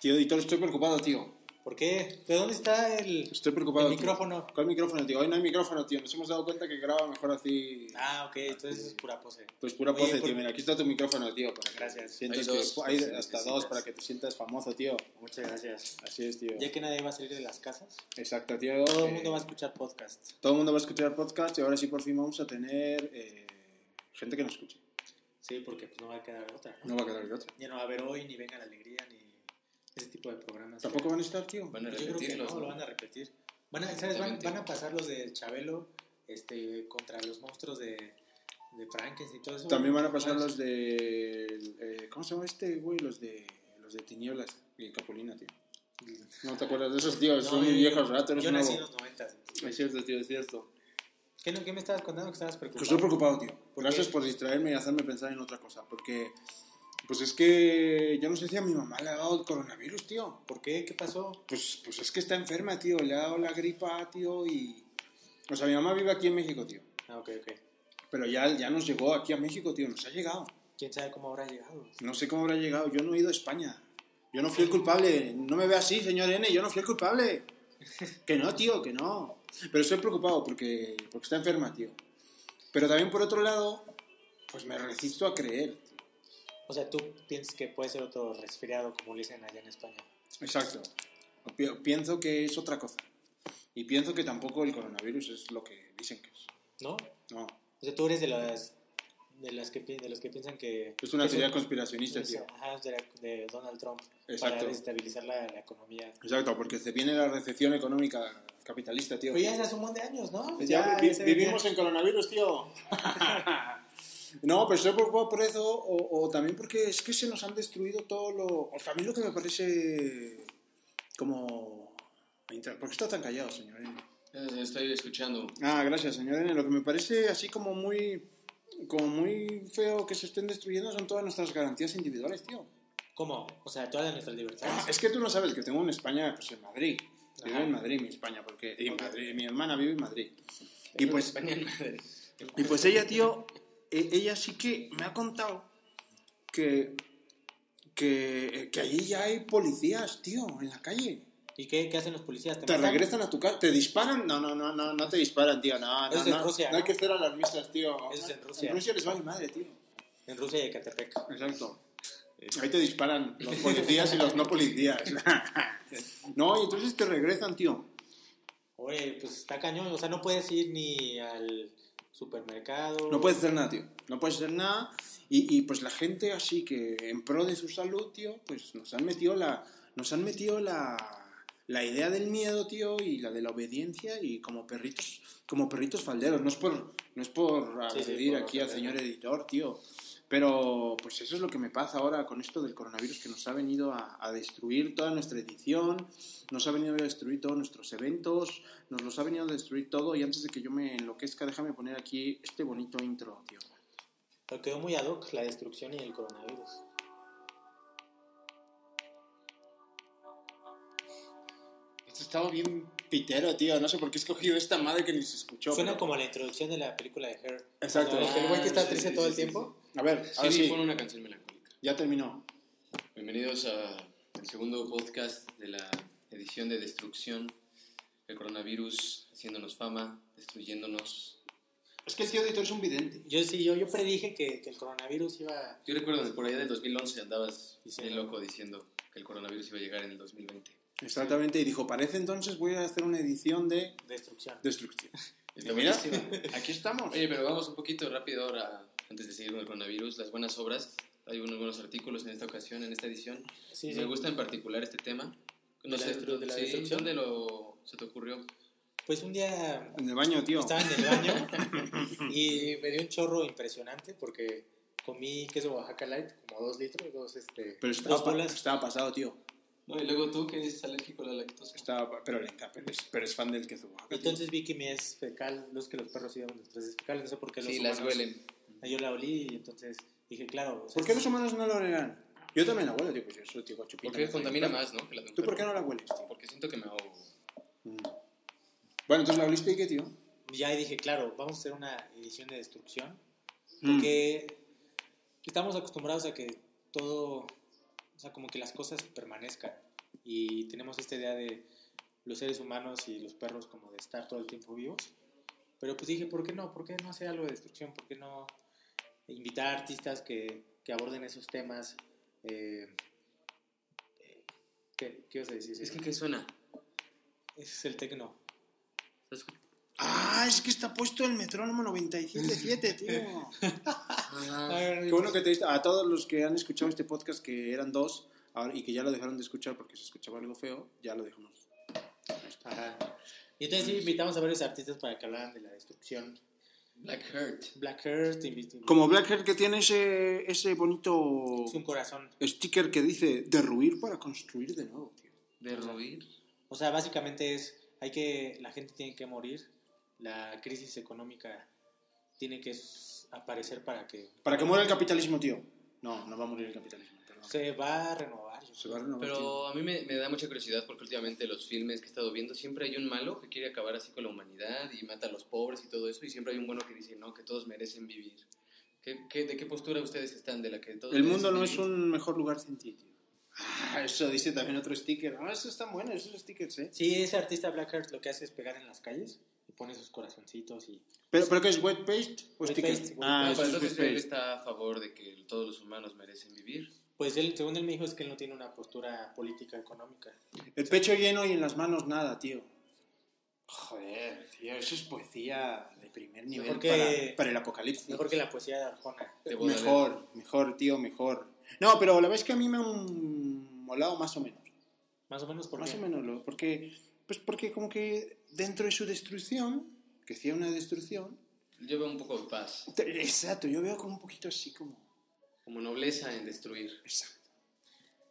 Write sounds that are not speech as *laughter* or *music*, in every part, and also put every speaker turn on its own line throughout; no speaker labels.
Tío editor, estoy preocupado, tío.
¿Por qué? ¿De dónde está el,
Estoy preocupado.
el
tío.
micrófono?
¿Cuál micrófono, tío? Hoy no hay micrófono, tío. Nos hemos dado cuenta que graba mejor así.
Ah, ok, entonces es pura pose.
Pues pura
Oye,
pose,
por-
tío. Mira, aquí está tu micrófono, tío. para que
Gracias.
sientas
Hay
que-
dos,
hay
dos
hasta
lucecitas.
dos para que te sientas famoso, tío.
Muchas gracias.
Así es, tío.
Ya que nadie va a salir de las casas,
Exacto, tío.
todo
Eh,
el mundo va a escuchar podcast.
todo el mundo va a escuchar podcast y ahora sí por fin vamos a tener eh, gente que nos escuche.
Sí, porque pues, no va a quedar otra.
No va a quedar de otra.
Ya no va a haber hoy, ni Venga la Alegría, ni ese tipo de programas.
Tampoco van a estar, tío.
Van a
Pues yo creo que no,
repetirlos.
lo van a repetir. Van a, ¿sabes? Van,
Exactamente.
van a pasar los de Chabelo este, contra los monstruos de, de Frankenstein y todo eso.
También van a pasar los de. eh, ¿Cómo se llama este, güey? Los de. Los de Tinieblas y Capulina, tío. No te acuerdas de esos, tío.
No,
Son muy
yo-
viejos, ¿verdad? Tú eres
Yo
nuevo.
nací en los 90.
Es cierto, tío, es cierto.
¿Qué, no- qué me estabas contando que estabas
Que
preocupado?
Pues estoy preocupado, tío.
¿Por
Gracias
qué?
por distraerme y hacerme pensar en otra cosa. Porque. Pues es que. Yo no sé si a mi mamá le ha dado el coronavirus, tío.
¿Por qué? ¿Qué pasó?
Pues, pues es que está enferma, tío. Le ha dado la gripa, tío. Y. O sea, mi mamá vive aquí en México, tío.
Ah, ok, ok.
Pero ya, ya nos llegó aquí a México, tío. Nos ha llegado.
¿Quién sabe cómo habrá llegado?
No sé cómo habrá llegado. Yo no he ido a España. Yo no fui el culpable. No me ve así, señor N. Yo no fui el culpable. Que no, tío, que no. Pero estoy preocupado porque, porque está enferma, tío. Pero también por otro lado, pues me resisto a creer.
O sea, tú piensas que puede ser otro resfriado, como le dicen allá en España.
Exacto. Pi- Pienso que es otra cosa. Y pienso que tampoco el coronavirus es lo que dicen que es.
¿No?
No.
O sea, tú eres de las de las que pi- de los que piensan que
Es una
que
teoría
son-
conspiracionista, tío.
Ajá, de, la- de Donald Trump para
Exacto.
desestabilizar la, la economía.
Exacto, porque se viene la recepción económica capitalista, tío.
Pero ya es hace un montón de años, ¿no?
Pues Ya, vi-
ese-
vivimos en coronavirus, tío. *laughs* no, pero estoy preocupado por eso o, o también porque es que se nos han destruido todo lo... O sea, a mí lo que me parece como... inter- ¿Por qué está tan callado, señor N?
Eh, Estoy escuchando.
Ah, gracias, señor N. Lo que me parece así como muy... Como muy feo que se estén destruyendo son todas nuestras garantías individuales, tío.
¿Cómo? O sea, todas nuestras libertades.
Es que tú no sabes que tengo en España, pues en Madrid. Vivo
Ajá.
en Madrid, mi España, porque y en
Ok.
Madrid- mi hermana vive en Madrid. Y pues
España en madre.
Y pues ella, tío, e- ella sí que me ha contado que, que, que allí ya hay policías, tío, en la calle.
¿Y qué, qué hacen los policías?
Te
matan?
regresan a tu casa, te disparan. No, no, no, no, no te disparan, tío. No, no,
Eso es en
no.
Rusia,
No hay
¿no?
que ser alarmistas, tío.
Eso es en Rusia.
En Rusia les vale madre, tío.
En Rusia y Ecatepec.
Exacto. Ahí te disparan los policías y los no policías. *laughs* no, y entonces te regresan, tío.
Oye, pues está cañón. O sea, no puedes ir ni al supermercado.
No puedes hacer nada, tío. No puedes hacer nada. Y, y, pues la gente así que en pro de su salud, tío, pues nos han metido la. Nos han metido la. La idea del miedo, tío, y la de la obediencia, y como perritos, como perritos falderos. No es por, no es por
Sí, sí,
agredir
por
aquí al
ofender.
señor editor, tío. Pero pues eso es lo que me pasa ahora con esto del coronavirus que nos ha venido a, a destruir toda nuestra edición, nos ha venido a destruir todos nuestros eventos, nos los ha venido a destruir todo y antes de que yo me enloquezca déjame poner aquí este bonito intro, tío.
Pero quedó muy ad hoc la destrucción y el coronavirus.
Este estaba bien pitero, tío, no sé por qué he escogido esta madre que ni se escuchó.
Suena
pero-
como la introducción de la película de Her.
Exacto.
Cuando El güey que está
Ah, sí,
triste
sí,
todo
sí,
el
sí,
tiempo.
A ver,
Sí,
ahora
sí,
sí,
pone una canción melancólica.
ya terminó.
Bienvenidos al segundo podcast de la edición de Destrucción. El coronavirus haciéndonos fama, destruyéndonos.
Es que el tío editor es un vidente.
Yo sí, yo, yo predije que, que el coronavirus iba.
Yo recuerdo que por allá del 2011 andabas bien
Diciendo.
loco diciendo que el coronavirus iba a llegar en el 2020.
Exactamente, y dijo, parece entonces voy a hacer una edición de
Destrucción.
destrucción.
Está
mira.
buenísimo.
Aquí estamos.
Oye, pero vamos un poquito rápido ahora, antes de seguir con el coronavirus, las buenas obras. Hay unos buenos artículos en esta ocasión, en esta edición.
Sí,
Me
sí.
gusta en particular este tema.
¿De
No
la
sé,
destru- de la
sí,
destrucción?
¿dónde lo, se te ocurrió?
Pues un día
En el baño, tío.
estaba en el baño y me dio un chorro impresionante porque comí queso Oaxaca Light, como dos litros, dos, este,
Pero
dos
estaba, pa-
bolas.
estaba pasado, tío.
No, y luego tú que eres alérgico a la lactosa.
Estaba, pa- pero le encanta, pero es, pero es fan del queso Oaxaca, tío.
Entonces vi que mi es fecal, los que los perros iban los heces fecales, no sé por qué los
Sí, las
humanos-
huelen.
Yo la olí y entonces dije, claro. o sea,
¿Por qué los humanos no lo olerán? Yo también la huelo, tío. Pues yo soy tío chupita.
Porque
no
contamina
soy-
más, ¿no? Que la de un
¿Tú por qué
perro.
no la hueles, tío?
Porque siento que me ahogo.
Mm. Bueno, entonces la oliste y qué, tío.
Ya dije, claro, vamos a hacer una edición de destrucción
Mm.
porque estamos acostumbrados a que todo sea, como que las cosas permanezcan. Y tenemos esta idea de los seres humanos y los perros como de estar todo el tiempo vivos. Pero pues dije, ¿por qué no? ¿Por qué no hacer algo de destrucción? ¿Por qué no invitar a artistas que, que aborden esos temas? Eh, eh, ¿qué, ¿Qué ibas a decir?
Es que, ¿qué suena?
Ese es el tecno.
¿Estás-
Ah, es que está puesto el metrónomo 97.7, tío.
Ah,
Qué bueno que te diste- a todos los que han escuchado este podcast, que eran dos, ahora- y que ya lo dejaron de escuchar porque se escuchaba algo feo, ya lo dejamos.
Ajá. Y entonces sí, invitamos a varios artistas para que hablaran de la destrucción.
Black Heart.
Black Earth, invitamos.
Como Blackhead que tiene ese, ese bonito
Es un corazón.
sticker que dice derruir para construir de nuevo, tío.
¿De Ruir?
O sea, básicamente es, hay que, la gente tiene que morir, la crisis económica tiene que s- aparecer para que
Para que muera el capitalismo, tío. No, no va a morir el capitalismo, perdón.
se va a renovar. yo
Ah. Se
creo.
va a renovar, tío.
Pero a mí me, me da mucha curiosidad porque últimamente los filmes que he estado viendo siempre hay un malo que quiere acabar así con la humanidad y mata a los pobres y todo eso y siempre hay un bueno que dice no, que todos merecen vivir. ¿Qué, qué- de qué postura ustedes están? ¿De la que todos
El mundo
merecen
no es
vivir?
un mejor lugar sin ti, tío. Ah, eso dice también otro sticker. Ah, esos están buenos, esos stickers, eh.
Sí, ese artista Black Earth lo que hace es pegar en las calles y pone sus corazoncitos y...
¿Pero, pero qué es? ¿Wet paste o
Wet
sticker?
paste, wet
ah,
No,
eso
pero
es wet
entonces él
paste.
está a favor de que todos los humanos merecen vivir.
Pues él, según él me dijo, es que él no tiene una postura política económica.
El pecho lleno y en las manos nada, tío. Joder, tío, eso es poesía de primer nivel
Mejor que-
para, para el apocalipsis.
Mejor que la poesía de ¿eh? Arjona.
Eh,
Te voy a leer.
Mejor, mejor, tío, mejor. No, pero la vez que a mí me han molado más o menos.
Más o menos por
Más
qué?
o menos, lo- porque, pues porque como que dentro de su destrucción, que hacía una destrucción,
Yo veo un poco de paz,
te- exacto, yo veo como un poquito así como...
como nobleza en destruir.
Exacto.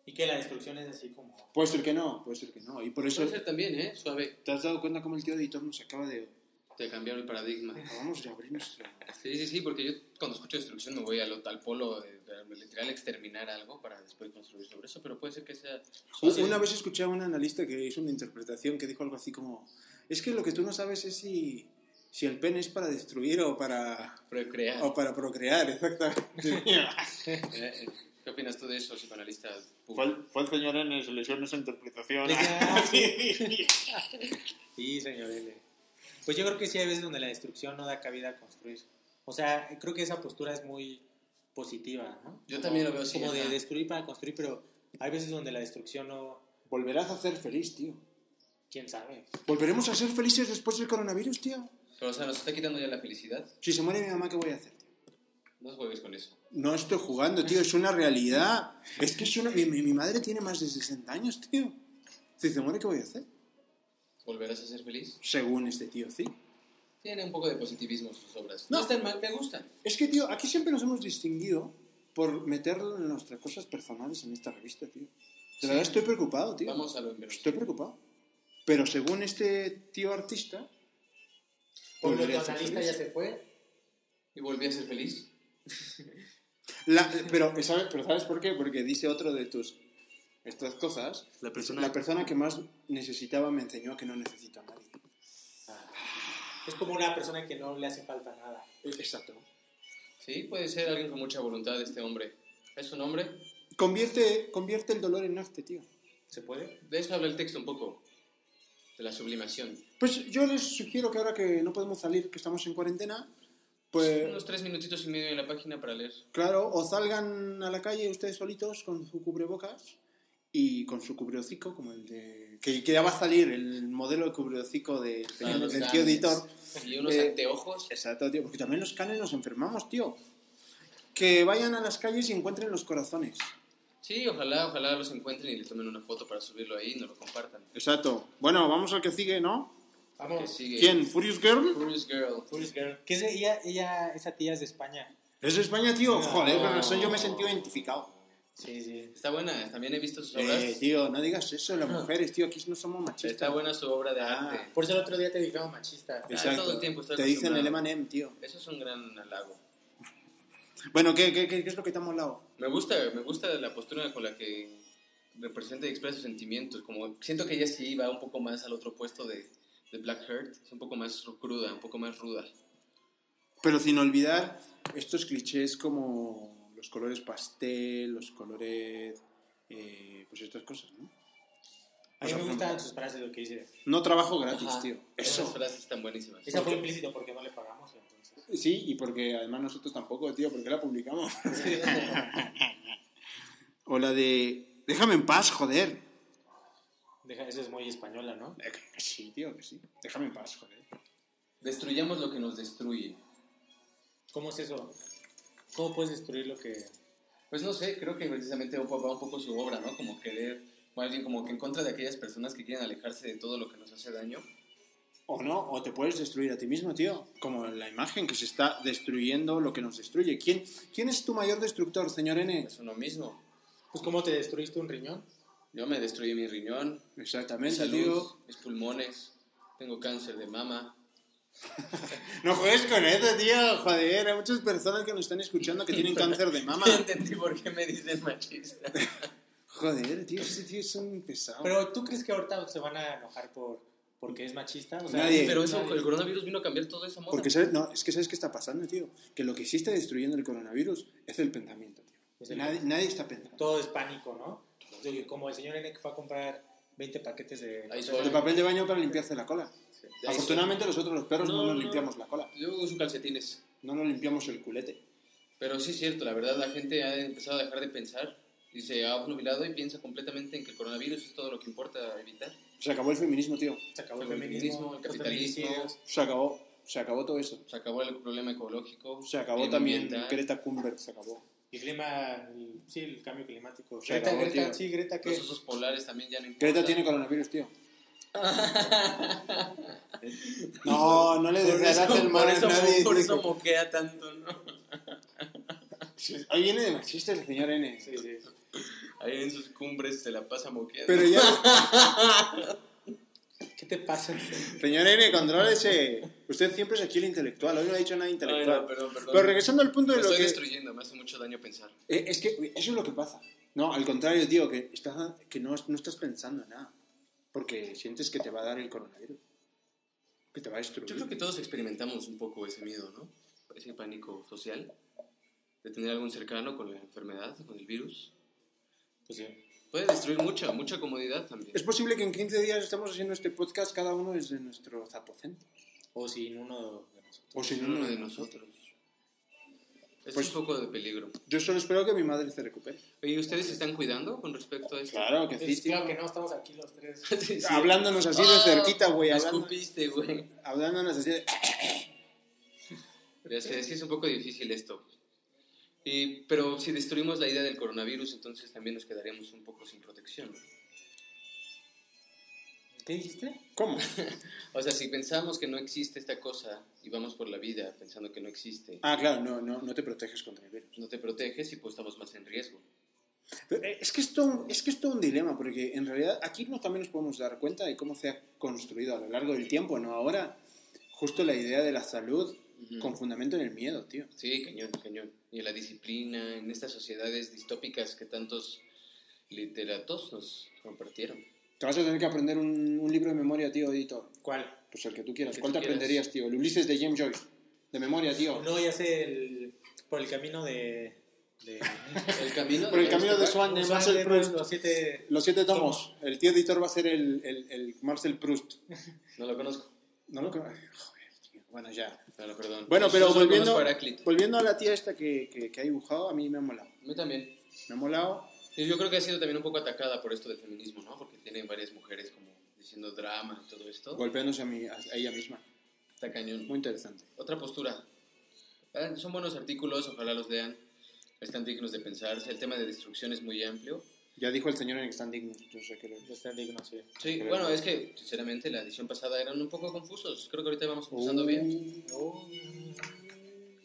Y que la destrucción es así como...
Puede ser que no, puede ser que no. Y por eso
Puede ser también, ¿eh? Suave.
te has dado cuenta como el tío editor nos acaba de...
Te cambiaron el paradigma.
Acabamos de abrir nuestro...
Sí, sí, sí, porque yo cuando escucho destrucción me voy al, al polo, de, de- literal, exterminar algo para después construir sobre eso, pero puede ser que sea...
U- Una vez escuché a un analista que hizo una interpretación que dijo algo así como, es que lo que tú no sabes es si, si el pene es para destruir o para,
Procrear.
o para procrear, exactamente.
Eh, ¿Qué opinas tú de eso, psicoanalista?
fue el señor N, se le hizo esa interpretación.
*laughs* Sí, señor L. Pues yo creo que sí hay veces donde la destrucción no da cabida a construir. O sea, creo que esa postura es muy positiva, ¿no?
Yo
Como-
también lo veo así,
Como de
ajá.
destruir para construir, pero hay veces donde la destrucción no...
Volverás a ser feliz, tío.
¿Quién sabe?
¿Volveremos a ser felices después del coronavirus, tío?
Pero, o sea, ¿nos está quitando ya la felicidad?
Si se muere mi mamá, ¿qué voy a hacer, tío?
No juegues con eso.
No estoy jugando, tío, es una realidad. Es que es una... Mi, mi- mi madre tiene más de 60 años, tío. Si se muere, ¿qué voy a hacer?
¿Volverás a ser feliz?
Según este tío, sí.
Tiene un poco de positivismo sus obras.
No.
No, están mal, me gustan.
Es que, tío, aquí siempre nos hemos distinguido por meter nuestras cosas personales en esta revista, tío. De verdad estoy preocupado, tío.
Vamos a lo envenenosado.
Estoy preocupado. Pero según este tío artista...
Pablo,
volveré
tu
a ser
analista
feliz.
ya se fue.
¿Y volví a ser feliz?
La- eh, pero, ¿sabes, pero ¿sabes por qué? Porque dice otro de tus estas cosas.
La persona-
la persona que más necesitaba me enseñó que no necesito a nadie.
Es como una persona que no le hace falta nada.
E,
Eh, Exacto.
Sí, puede ser alguien con mucha voluntad este hombre. ¿Es un hombre?
Convierte, convierte el dolor en arte, tío.
¿Se puede?
De eso habla el texto un poco. De la sublimación.
Pues yo les sugiero que ahora que no podemos salir, que estamos en cuarentena, pues
Unos tres minutitos y medio en la página para leer.
claro, o salgan a la calle ustedes solitos con su cubrebocas y con su cubreocico, como el de... Que, que ya va a salir el modelo de cubreocico de,
Ah,
del
los
tío
grandes.
editor.
Y unos
Eh,
anteojos.
Exacto, tío, porque también los canes nos enfermamos, tío. Que vayan a las calles y encuentren los corazones.
Sí, ojalá, ojalá los encuentren y le tomen una foto para subirlo ahí y nos lo compartan.
Exacto. Bueno, vamos al que sigue, ¿no?
Que
Vamos.
sigue.
¿Quién? ¿Furious Girl?
Curious Girl.
Tourist Girl. Que es de- ella, ella, esa tía es de España.
¿Es de España, tío? Joder,
No.
con razón yo me he sentido identificado.
Sí, sí.
Está buena, también he visto sus obras.
Eh, tío, no digas eso, las mujeres, tío, aquí no somos machistas.
Ah. Está buena su obra de
Ah.
arte.
Por eso el otro día te dijeron machista.
Exacto.
todo el tiempo estoy
te dicen el
acostumbrado.
M&M, tío.
Eso es un gran halago.
Bueno, ¿qué, qué, qué, qué es lo que te ha molado?
Me gusta, me gusta la postura con la que representa y expresa sus sentimientos. Como siento que ella sí va un poco más al otro puesto de, de Black Heart. Es un poco más cruda, un poco más ruda.
Pero sin olvidar estos clichés como los colores pastel, los colores eh, pues estas cosas, ¿no?
A mí me gustan sus frases, lo que dice.
No trabajo gratis,
Ajá,
tío.
Esas
Eso.
frases están buenísimas.
Esa fue implícito porque no le pagamos, entonces.
Sí, y porque además nosotros tampoco, tío, porque la publicamos. *laughs*
*laughs*
o la de, déjame en paz, joder.
Deja, eso es muy española, ¿no?
Eh, que Sí, tío, que sí. Déjame en paz, joder.
Destruyamos lo que nos destruye.
¿Cómo es eso? ¿Cómo puedes destruir lo que...
Pues no sé, creo que precisamente va un poco su obra, ¿no? Como querer, o alguien como que en contra de aquellas personas que quieren alejarse de todo lo que nos hace daño.
O no, o te puedes destruir a ti mismo, tío. Como en la imagen que se está destruyendo lo que nos destruye. ¿Quién, quién es tu mayor destructor, señor N?
Es uno mismo.
Pues cómo te destruiste un riñón.
Yo me destruí mi riñón, mi
Exactamente,
Pues, salud,
tío.
mis pulmones, tengo cáncer de mama.
No juegues con eso, tío. Joder, hay muchas personas que nos están escuchando que tienen cáncer de mama.
*laughs* Ya entendí por qué me dicen machista.
Joder, tío, ese tío es un
Ah.
pesado.
Pero ¿tú crees que ahorita se van a enojar por porque es machista? O sea,
Nadie.
Pero eso,
nadie.
el coronavirus vino a cambiar todo eso, moda.
Porque ¿sabes? No, es que sabes qué está pasando, tío. Que lo que sí está destruyendo el coronavirus es el pensamiento, tío.
Es el-
nadie, nadie está pensando.
todo es pánico, ¿no? Oye, Como el señor N que fue a comprar 20 paquetes de...
Ahí
El
solo.
papel de baño para limpiarse la cola.
Ahí
Afortunadamente nosotros los perros no,
No,
nos
no.
limpiamos la cola.
solo. Yo uso calcetines.
No nos limpiamos el culete.
Pero sí es cierto, la verdad, la gente ha empezado a dejar de pensar y se ha obnubilado y piensa completamente en que el coronavirus es todo lo que importa evitar.
Se acabó el feminismo, tío.
Se acabó el
Fue el
feminismo,
feminismo, el
los
capitalismo.
feminicidios.
Se acabó. Se acabó todo eso.
Se acabó el problema ecológico.
Se acabó
el
también
ambiental.
Greta Thunberg. Se acabó.
El clima, el- sí, el cambio climático.
Se
Greta,
acabó,
Greta,
tío.
sí, Greta, que
Los osos polares también ya no importan.
Greta tiene coronavirus,
*laughs*
tío. No, no le desearás el mal a nadie.
por
tío.
eso moquea tanto, ¿no?
Ahí viene de machista el señor N.
Sí, sí.
Ahí en sus cumbres se la pasa moqueando.
Pero ya,
*laughs*
¿Qué te pasa? Pues,
señor N, contrólese. Usted siempre es aquí el intelectual. Hoy no ha dicho nada
Ay,
intelectual.
no, perdón, perdón.
Pero regresando al punto
me
de lo
estoy
que...
destruyendo, me hace mucho daño pensar.
Eh, Es que eso es lo que pasa. No, al contrario, tío, que, estás, que no, no estás pensando en nada. Porque sientes que te va a dar el coronavirus. Que te va a destruir.
Yo creo que todos experimentamos un poco ese miedo, ¿no? Ese pánico social de tener algún cercano con la enfermedad, con el virus.
Pues sí.
Puede destruir mucha, mucha comodidad también.
Es posible que en 15 días estemos haciendo este podcast cada uno desde nuestro zapocentro.
O sin uno de nosotros.
O sin
en uno de nosotros. Es
Pues-
un poco de peligro.
Yo solo espero que mi madre se recupere.
Oye, ¿ustedes se están cuidando con respecto a esto?
Claro que sí,
Es
tío.
claro que no, estamos aquí los tres.
*laughs* Sí, sí.
Hablándonos así de
Ah,
cerquita, güey.
me
hablando-
escupiste, güey.
Hablándonos así de... "Ah,
Ya sé, sí es un poco difícil esto. Y, pero si destruimos la idea del coronavirus, entonces también nos quedaríamos un poco sin protección. ¿no?
¿Qué dijiste?
¿Cómo?
O sea, si pensamos que no existe esta cosa y vamos por la vida pensando que no existe,
Ah, claro, no, no, no te proteges contra el virus.
no te proteges y pues estamos más en riesgo.
Pero, eh, Es que, es, todo un, es que es todo un dilema, porque en realidad aquí no también nos podemos dar cuenta de cómo se ha construido a lo largo del tiempo, ¿no? Ahora, justo la idea de la salud
Ujú.
con fundamento en el miedo, tío.
Sí, cañón, cañón. Y en la disciplina, en estas sociedades distópicas que tantos literatos nos compartieron.
Te vas a tener que aprender un, un libro de memoria, tío, editor.
¿Cuál?
Pues el que tú quieras.
El que
¿Cuál
tú
te
quieras.
aprenderías, tío? El Ulises de James Joyce. De memoria, tío.
No, ya sé, el, por el camino de... de
El camino
Por el camino de
¿verdad?
Swan, de Marcel Proust.
los siete...
Los siete tomos. El tío editor va a ser el, el- el Marcel Proust.
No lo conozco.
No lo creo. Ay, Joder, tío. Bueno, ya.
Bueno, perdón.
Bueno,
Yo
pero
solo
volviendo,
conozco a Heráclito.
volviendo a la tía esta que, que- que ha dibujado, a mí me ha molado.
A mí también.
Me ha molado.
Y yo creo que ha sido también un poco atacada por esto del feminismo, ¿no? Porque tiene varias mujeres como diciendo drama y todo esto.
golpeándose a, mí- a ella misma.
Está cañón.
Muy interesante.
Otra postura. Ah, Son buenos artículos, ojalá los lean. Están dignos de pensarse. El tema de destrucción es muy amplio.
Ya dijo el señor en el que están dignos. Yo sé que lo...
de Stan Digno, sí.
Sí,
Creo.
bueno, es que sinceramente la edición pasada eran un poco confusos. Creo que ahorita vamos empezando
Uh.
bien.
Oh.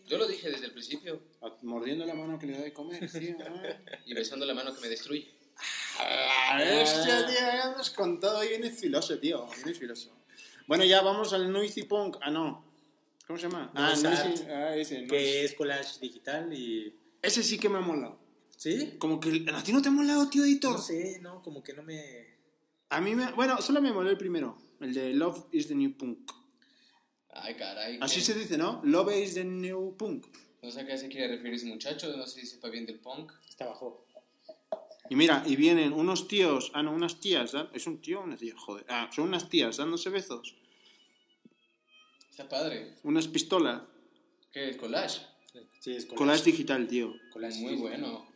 Yo lo dije desde el principio.
Ah, Mordiendo la mano que le da de comer, tío.
Y besando la mano que me destruye.
Ah, Hostia, tío, ya nos contado. Hoy vienes filoso, tío. Vienes filoso. Bueno, ya vamos al Noisy Punk. Ah, no. ¿Cómo se llama? Ah,
Noise
Noisy...
Art.
Ah, ese.
Que
Noise.
es collage digital y...
Ese sí que me ha molado.
¿Sí?
Como que... ¿A ti no te ha molado, tío, editor?
No sé, no, como que no me...
A mí me... Bueno, solo me moló el primero. El de Love is the New Punk.
Ay, caray.
Así
¿qué?
se dice, ¿no? Love is the New Punk.
No sé a qué se quiere referir ese muchacho. No sé si sepa bien del punk.
Está bajo.
Y mira, y vienen unos tíos, ah, no, unas tías, dan- es un tío o una tía, joder, ah, son unas tías dándose besos,
Está padre.
unas pistolas,
¿Qué es collage?
Sí, es collage.
collage digital, tío.
Collage,
Muy
sí.
bueno.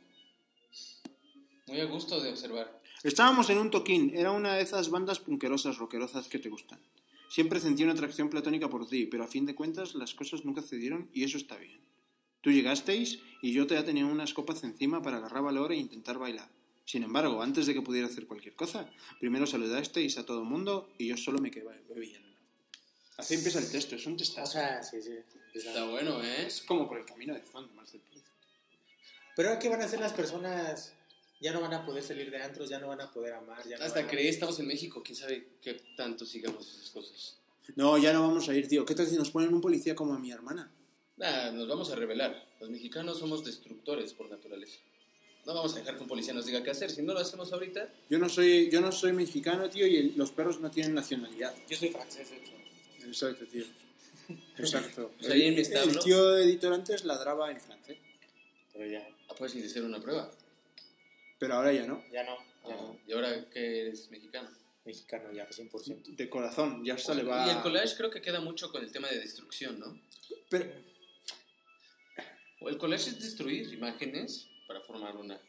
Muy a gusto de observar.
Estábamos en un toquín, era una de esas bandas punquerosas, rockerosas que te gustan. Siempre sentí una atracción platónica por ti, pero a fin de cuentas las cosas nunca cedieron y eso está bien. Tú llegasteis y yo te ya tenía unas copas encima para agarrar valor e intentar bailar. Sin embargo, antes de que pudiera hacer cualquier cosa, primero saludasteis a todo el mundo y yo solo me quedé bebiendo. Así empieza el texto, es un
O
testazo.
sea, sí, sí.
Está bueno, ¿eh?
es como por el camino de Juan de Marcel Proust.
Pero ahora, ¿qué van a hacer las personas? Ya no van a poder salir de antros, ya no van a poder amar. Ya no van
Hasta
a-
creí estamos en México. ¿Quién sabe qué tanto sigamos esas cosas?
No, ya no vamos a ir, tío. ¿Qué tal si nos ponen un policía como a mi hermana?
Nah, nos vamos a rebelar. Los mexicanos somos destructores por naturaleza. No vamos a dejar que un policía nos diga qué hacer. Si no lo hacemos ahorita,
Yo no soy, yo no soy mexicano, tío, y el- los perros no tienen nacionalidad.
Yo soy francés, de hecho.
Exacto, tío. Exacto.
*laughs* O sea, ahí en mi
El-
establo-
El tío editor antes ladraba en francés,
Pero ya,
ah, puedes iniciar una prueba.
pero ahora ya no.
ya no. Ya
Ah,
no.
¿Y ahora que eres mexicano?
Mexicano ya, pues, 100%.
De corazón, ya se le va.
Y el collage creo que queda mucho con el tema de destrucción, ¿no?
Pero,
O el collage es destruir imágenes para formar una.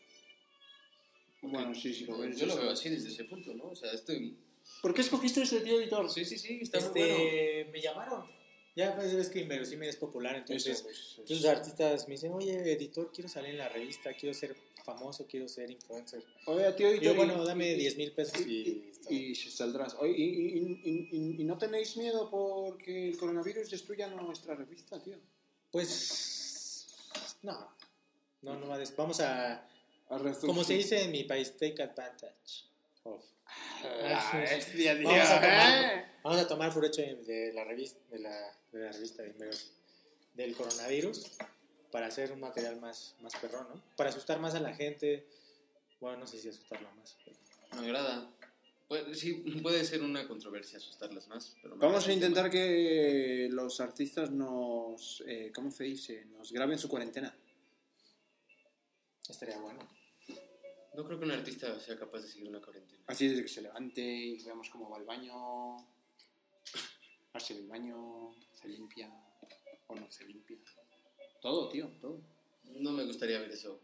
bueno, sí, sí, lo ves.
Yo lo veo así desde ese punto, ¿no? O sea, estoy...
¿Por qué escogiste ese tío editor?
Sí, sí, sí, está muy bueno.
Este, me llamaron. Ya pues, ves que Inverosímil es popular, entonces
Eso, eso,
Entonces los artistas me dicen, oye, editor, quiero salir en la revista, quiero ser famoso, quiero ser influencer.
pues, Oye, tío
Y
editor.
yo,
y-
bueno, dame
y-
10 mil pesos
Y,
y...
y- y se saldrás. Oye, y, y- y- y- y no tenéis miedo porque el coronavirus destruya nuestra revista, tío.
Pues... No, no, no, mames, vamos a...
A reducir-
Como se dice en mi país, take advantage. of.
Ah, es día a día,
Vamos a
¿eh?
tomar, vamos a tomar por hecho de la revista de la, de la revista de Inveros- del coronavirus para hacer un material más, más perrón, ¿no? Para asustar más a la gente. Bueno, no sé si asustarla más. pero-
Me agrada. Puede, sí, puede ser una controversia asustarlas más. Pero me
Vamos
agrada
a
el tema.
intentar que los artistas nos, eh, ¿cómo se dice? Nos graben su cuarentena.
Estaría bueno.
No creo que un artista sea capaz de seguir una cuarentena.
Así desde que se levante y veamos cómo va al baño. Hace el baño, se limpia o no se limpia. Todo, tío, todo.
No me gustaría ver eso.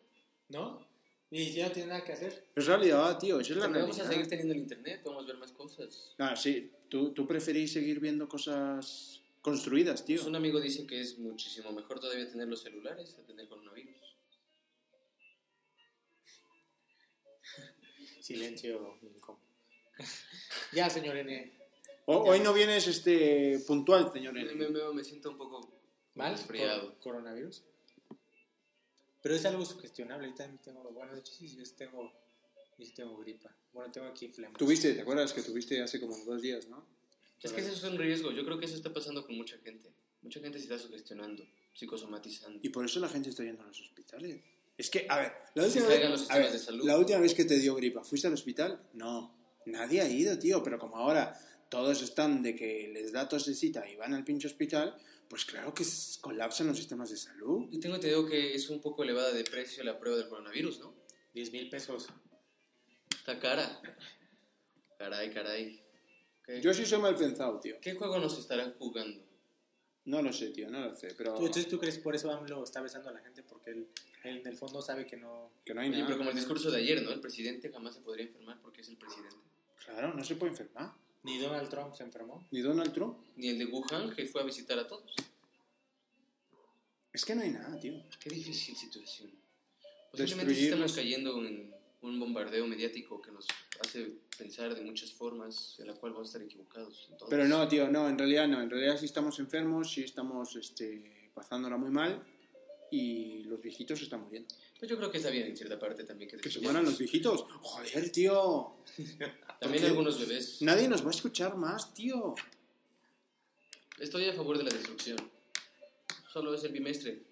¿No? Y si no tiene nada que hacer.
Es realidad, tío, esa es la
Pero vamos
realidad.
a seguir teniendo el internet, vamos a ver más cosas.
Ah, sí, tú, tú preferís seguir viendo cosas construidas, tío.
Pues un amigo dice que es muchísimo mejor todavía tener los celulares a tener coronavirus.
Silencio incómodo. *laughs* ya, señor N.
O- hoy no vienes este, puntual, señor.
Me, me, me- me siento un poco
¿Mal?
Resfriado.
Cor- ¿Coronavirus? Pero es algo sugestionable. Yo también tengo... Bueno, de hecho, sí, yo sí tengo, yo sí tengo gripa. Bueno, tengo aquí flema.
Tuviste, ¿te acuerdas que tuviste hace como dos días, no?
Es que eso es un riesgo. Yo creo que eso está pasando con mucha gente. Mucha gente se está sugestionando, psicosomatizando.
Y por eso la gente está yendo a los hospitales. Es que, a ver, la
Se
última,
caigan los
vez, a
sistemas
ver,
de salud.
la última vez que te dio gripa, ¿fuiste al hospital? No, nadie ha ido, tío, pero como ahora todos están de que les da tos de cita y van al pinche hospital, pues claro que s- colapsan los sistemas de salud.
Y tengo entendido que es un poco elevada de precio la prueba del coronavirus, ¿no?
10 mil pesos.
Está cara. Caray, caray. ¿Qué,
Yo sí soy mal pensado, tío.
qué juego nos estarán jugando?
No lo sé, tío, no lo sé, pero
¿Tú- Entonces, ¿tú crees por eso AMLO está besando a la gente? Porque él, él en el fondo sabe que no...
que no hay
Oye,
nada.
pero como el discurso de ayer, ¿no? El presidente jamás se podría enfermar porque es el presidente.
Claro, no se puede enfermar.
Ni Donald Trump se enfermó.
Ni Donald Trump.
Ni el de Wuhan, que fue a visitar a todos.
Es que no hay nada, tío.
Qué difícil situación. Posiblemente sí
Destruir
estamos
los-
cayendo en un bombardeo mediático que nos hace pensar de muchas formas en la cual vamos a estar equivocados. entonces.
Pero no, tío, no, en realidad no. En realidad sí estamos enfermos, sí estamos este, pasándola muy mal y los viejitos se están muriendo.
Pues yo creo que está bien en cierta parte también que,
Que se
destruyamos.
mueran los viejitos. Joder, tío.
También
¿Por qué?
algunos bebés.
Nadie nos va a escuchar más, tío.
Estoy a favor de la destrucción. Solo es el bimestre.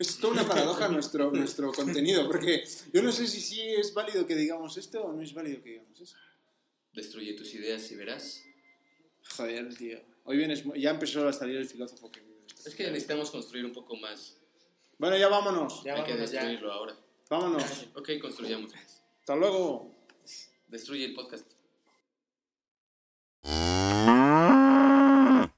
Es toda una paradoja nuestro, nuestro contenido, porque yo no sé si sí es válido que digamos esto o no es válido que digamos eso.
Destruye tus ideas y verás.
Joder, tío. Hoy vienes, mu- ya empezó a salir el filósofo que vive.
Es que necesitamos construir un poco más.
Bueno, ya vámonos.
Ya
Hay que
vámonos, ya.
destruirlo ahora.
Vámonos.
Ok, construyamos. más.
Hasta luego.
Destruye el podcast.